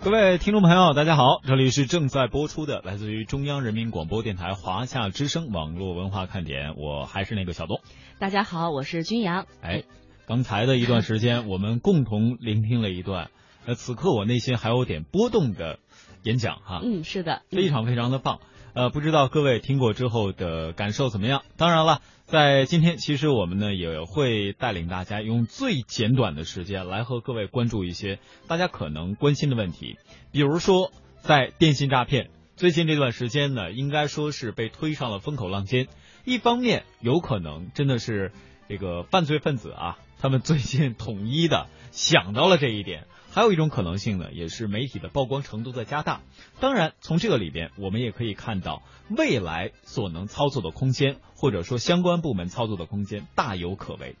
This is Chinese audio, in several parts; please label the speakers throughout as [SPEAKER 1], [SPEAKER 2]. [SPEAKER 1] 各位听众朋友，大家好，这里是正在播出的来自于中央人民广播电台华夏之声网络文化看点，我还是那个小东。
[SPEAKER 2] 大家好，我是君阳。
[SPEAKER 1] 哎，刚才的一段时间，我们共同聆听了一段，呃，此刻我内心还有点波动的演讲哈、
[SPEAKER 2] 嗯，是的，嗯
[SPEAKER 1] 非常非常的棒。呃，不知道各位听过之后的感受怎么样？当然了，在今天，其实我们呢也会带领大家用最简短的时间来和各位关注一些大家可能关心的问题，比如说在电信诈骗。最近这段时间呢，应该说是被推上了风口浪尖。一方面，有可能真的是这个犯罪分子啊，他们最近统一的想到了这一点；还有一种可能性呢，也是媒体的曝光程度在加大。当然，从这个里边，我们也可以看到未来所能操作的空间，或者说相关部门操作的空间大有可为。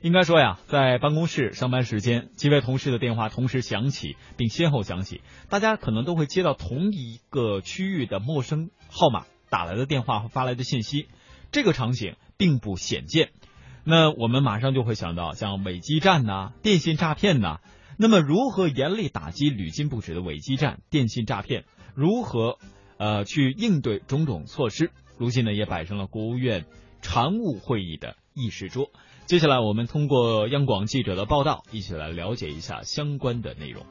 [SPEAKER 1] 应该说呀，在办公室上班时间，几位同事的电话同时响起，并先后响起，大家可能都会接到同一个区域的陌生号码打来的电话和发来的信息，这个场景并不鲜见。那我们马上就会想到像伪基站呐、电信诈骗呐、那么如何严厉打击屡禁不止的伪基站、电信诈骗？如何呃去应对种种措施？如今呢，也摆上了国务院常务会议的议事桌。接下来，我们通过央广记者的报道，一起来了解一下相关的内容。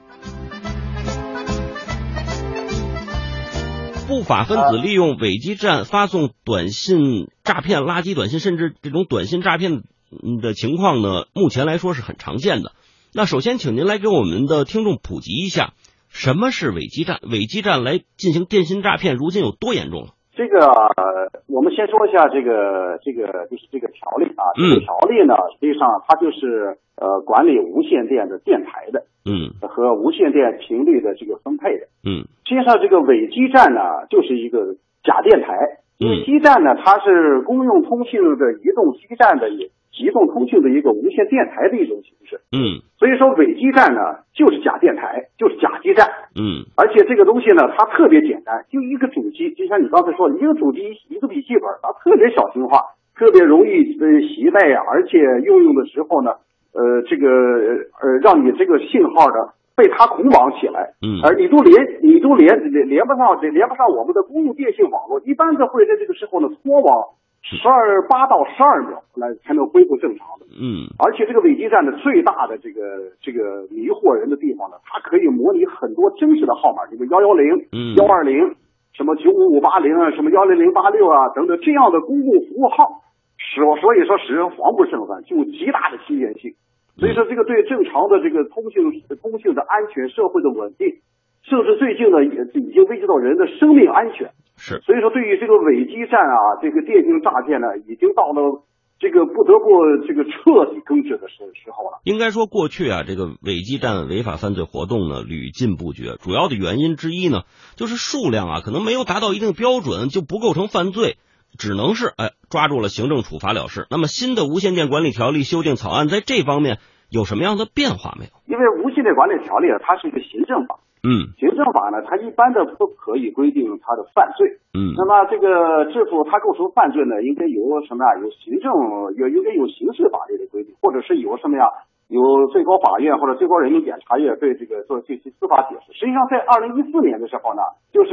[SPEAKER 3] 不法分子利用伪基站发送短信诈骗、垃圾短信，甚至这种短信诈骗嗯的情况呢，目前来说是很常见的。那首先，请您来给我们的听众普及一下，什么是伪基站？伪基站来进行电信诈骗，如今有多严重了？
[SPEAKER 4] 这个呃我们先说一下这个这个就是这个条例啊，
[SPEAKER 3] 嗯
[SPEAKER 4] 这个条例呢，实际上它就是呃管理无线电的电台的
[SPEAKER 3] 嗯
[SPEAKER 4] 和无线电频率的这个分配的。
[SPEAKER 3] 嗯
[SPEAKER 4] 实际上，这个伪基站呢，就是一个假电台。因为
[SPEAKER 3] 嗯
[SPEAKER 4] 基站呢，它是公用通信的移动基站的一移动通讯的一个无线电台的一种形式，
[SPEAKER 3] 嗯
[SPEAKER 4] 所以说伪基站呢就是假电台，就是假基站。
[SPEAKER 3] 嗯
[SPEAKER 4] 而且这个东西呢，它特别简单，就一个主机，就像你刚才说的，一个主机，一个笔记本，它特别小型化，特别容易呃携带呀，而且用用的时候呢，呃，这个呃让你这个信号呢被它捆绑起来，
[SPEAKER 3] 嗯
[SPEAKER 4] 而你都连你都连连连不上连不上我们的公用电信网络，一般都会在这个时候呢拖网十二八到十二秒来才能恢复正常的。
[SPEAKER 3] 嗯
[SPEAKER 4] 而且这个伪基站的最大的这个这个迷惑人的地方呢，它可以模拟很多真实的号码，这个幺幺零
[SPEAKER 3] 嗯、
[SPEAKER 4] 幺二零、什么九五五八零啊、什么幺零零八六啊等等这样的公共服务号，使所以说使人防不胜防，具有极大的欺骗性。所以说，这个对正常的这个通信、通信的安全、社会的稳定，甚至最近呢，也已经危及到人的生命安全。
[SPEAKER 3] 是
[SPEAKER 4] 所以说，对于这个伪基站啊，这个电信诈骗呢，已经到了这个不得不这个彻底根治的时时候了。
[SPEAKER 3] 应该说，过去啊，这个伪基站违法犯罪活动呢屡禁不绝。主要的原因之一呢，就是数量啊，可能没有达到一定标准，就不构成犯罪，只能是哎抓住了行政处罚了事。那么，新的无线电管理条例修订草案在这方面有什么样的变化没有？
[SPEAKER 4] 因为无线电管理条例啊，它是一个行政法，
[SPEAKER 3] 嗯
[SPEAKER 4] 行政法呢，它一般的不可以规定它的犯罪。
[SPEAKER 3] 嗯
[SPEAKER 4] 那么这个制服它构成犯罪呢，应该由什么呀？由行政有应该有刑事法律的规定，或者是由什么呀？由最高法院或者最高人民检察院对这个做进行司法解释。实际上，在二零一四年的时候呢，就是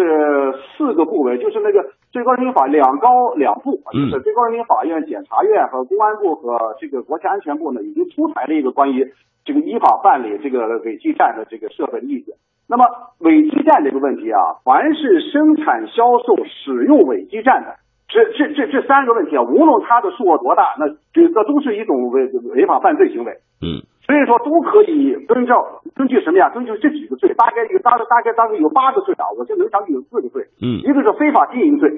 [SPEAKER 4] 四个部委，就是那个最高人民法两高两部，
[SPEAKER 3] 嗯
[SPEAKER 4] 就是最高人民法院、检察院和公安部和这个国家安全部呢，已经出台了一个关于这个依法办理这个伪基站的这个设备的意见。那么伪基站这个问题啊，凡是生产、销售、使用伪基站的，这这这这三个问题啊，无论它的数额多大，那这这都是一种违违法犯罪行为。
[SPEAKER 3] 嗯
[SPEAKER 4] 所以说都可以遵照根据什么呀？根据这几个罪，大概有大概大概大概有八个罪啊，我这能想起有四个罪，
[SPEAKER 3] 嗯
[SPEAKER 4] 一个是非法经营罪，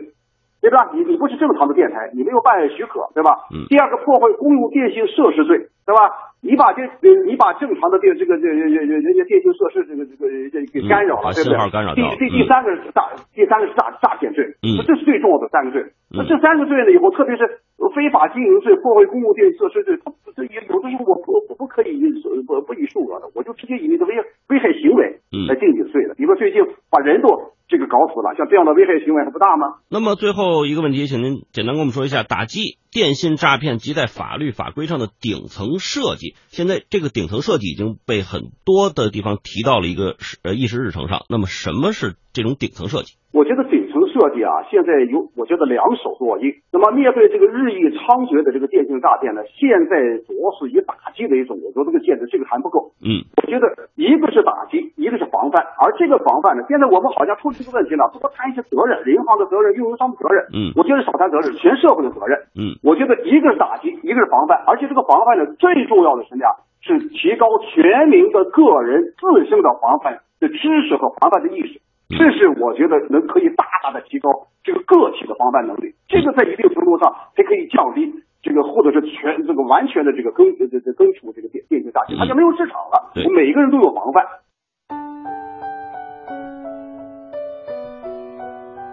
[SPEAKER 4] 对吧？你你不是正常的电台，你没有办许可，对吧？
[SPEAKER 3] 嗯
[SPEAKER 4] 第二个破坏公用电信设施罪，对吧？你把这呃你把正常的电这个这这这这这电信设施这个这个这给干扰
[SPEAKER 3] 嗯把
[SPEAKER 4] 了，对不
[SPEAKER 3] 信
[SPEAKER 4] 对？
[SPEAKER 3] 号干扰掉了
[SPEAKER 4] 第第
[SPEAKER 3] 嗯
[SPEAKER 4] 第三个是诈，第三个是诈诈骗罪，
[SPEAKER 3] 嗯
[SPEAKER 4] 这是最重要的三个罪。
[SPEAKER 3] 嗯
[SPEAKER 4] 那这三个罪呢，以后特别是非法经营罪、破坏公共电信设施罪，它这有的时候我不我不可以不不以数额的，我就直接以那个危危害行为
[SPEAKER 3] 嗯
[SPEAKER 4] 来定你罪的。比如说最近把人都这个个搞死了，像这样的危害行为还不大吗？
[SPEAKER 3] 那么最后一个问题，请您简单跟我们说一下，打击电信诈骗及在法律法规上的顶层设计。现在这个顶层设计已经被很多的地方提到了一个是呃议事日程上。那么什么是这种顶层设计？
[SPEAKER 4] 我觉得顶层设计啊，现在有我觉得两手作硬。那么面对这个日益猖獗的这个电信诈骗呢，现在主要是以打击为重，我觉得这个建设这个还不够。
[SPEAKER 3] 嗯，
[SPEAKER 4] 我觉得一个是打击，一个是防范，而这个防范呢，现在我们好像出了这个问题了，不过谈一些责任，银行的责任、运营商的责任，
[SPEAKER 3] 嗯
[SPEAKER 4] 我觉得少谈责任，全社会的责任，
[SPEAKER 3] 嗯，
[SPEAKER 4] 我觉得一个是打击，一个是防范，而且这个防范呢，最重要的是什么呀？是提高全民的个人自身的防范的知识和防范的意识。
[SPEAKER 3] 嗯
[SPEAKER 4] 这是我觉得能可以大大的提高这个个体的防范能力，这个在一定程度上才可以降低这个或者是全这个完全的这个根这这根除这个电电信诈骗，它就没有市场了
[SPEAKER 3] 嗯对。
[SPEAKER 4] 我每个人都有防范，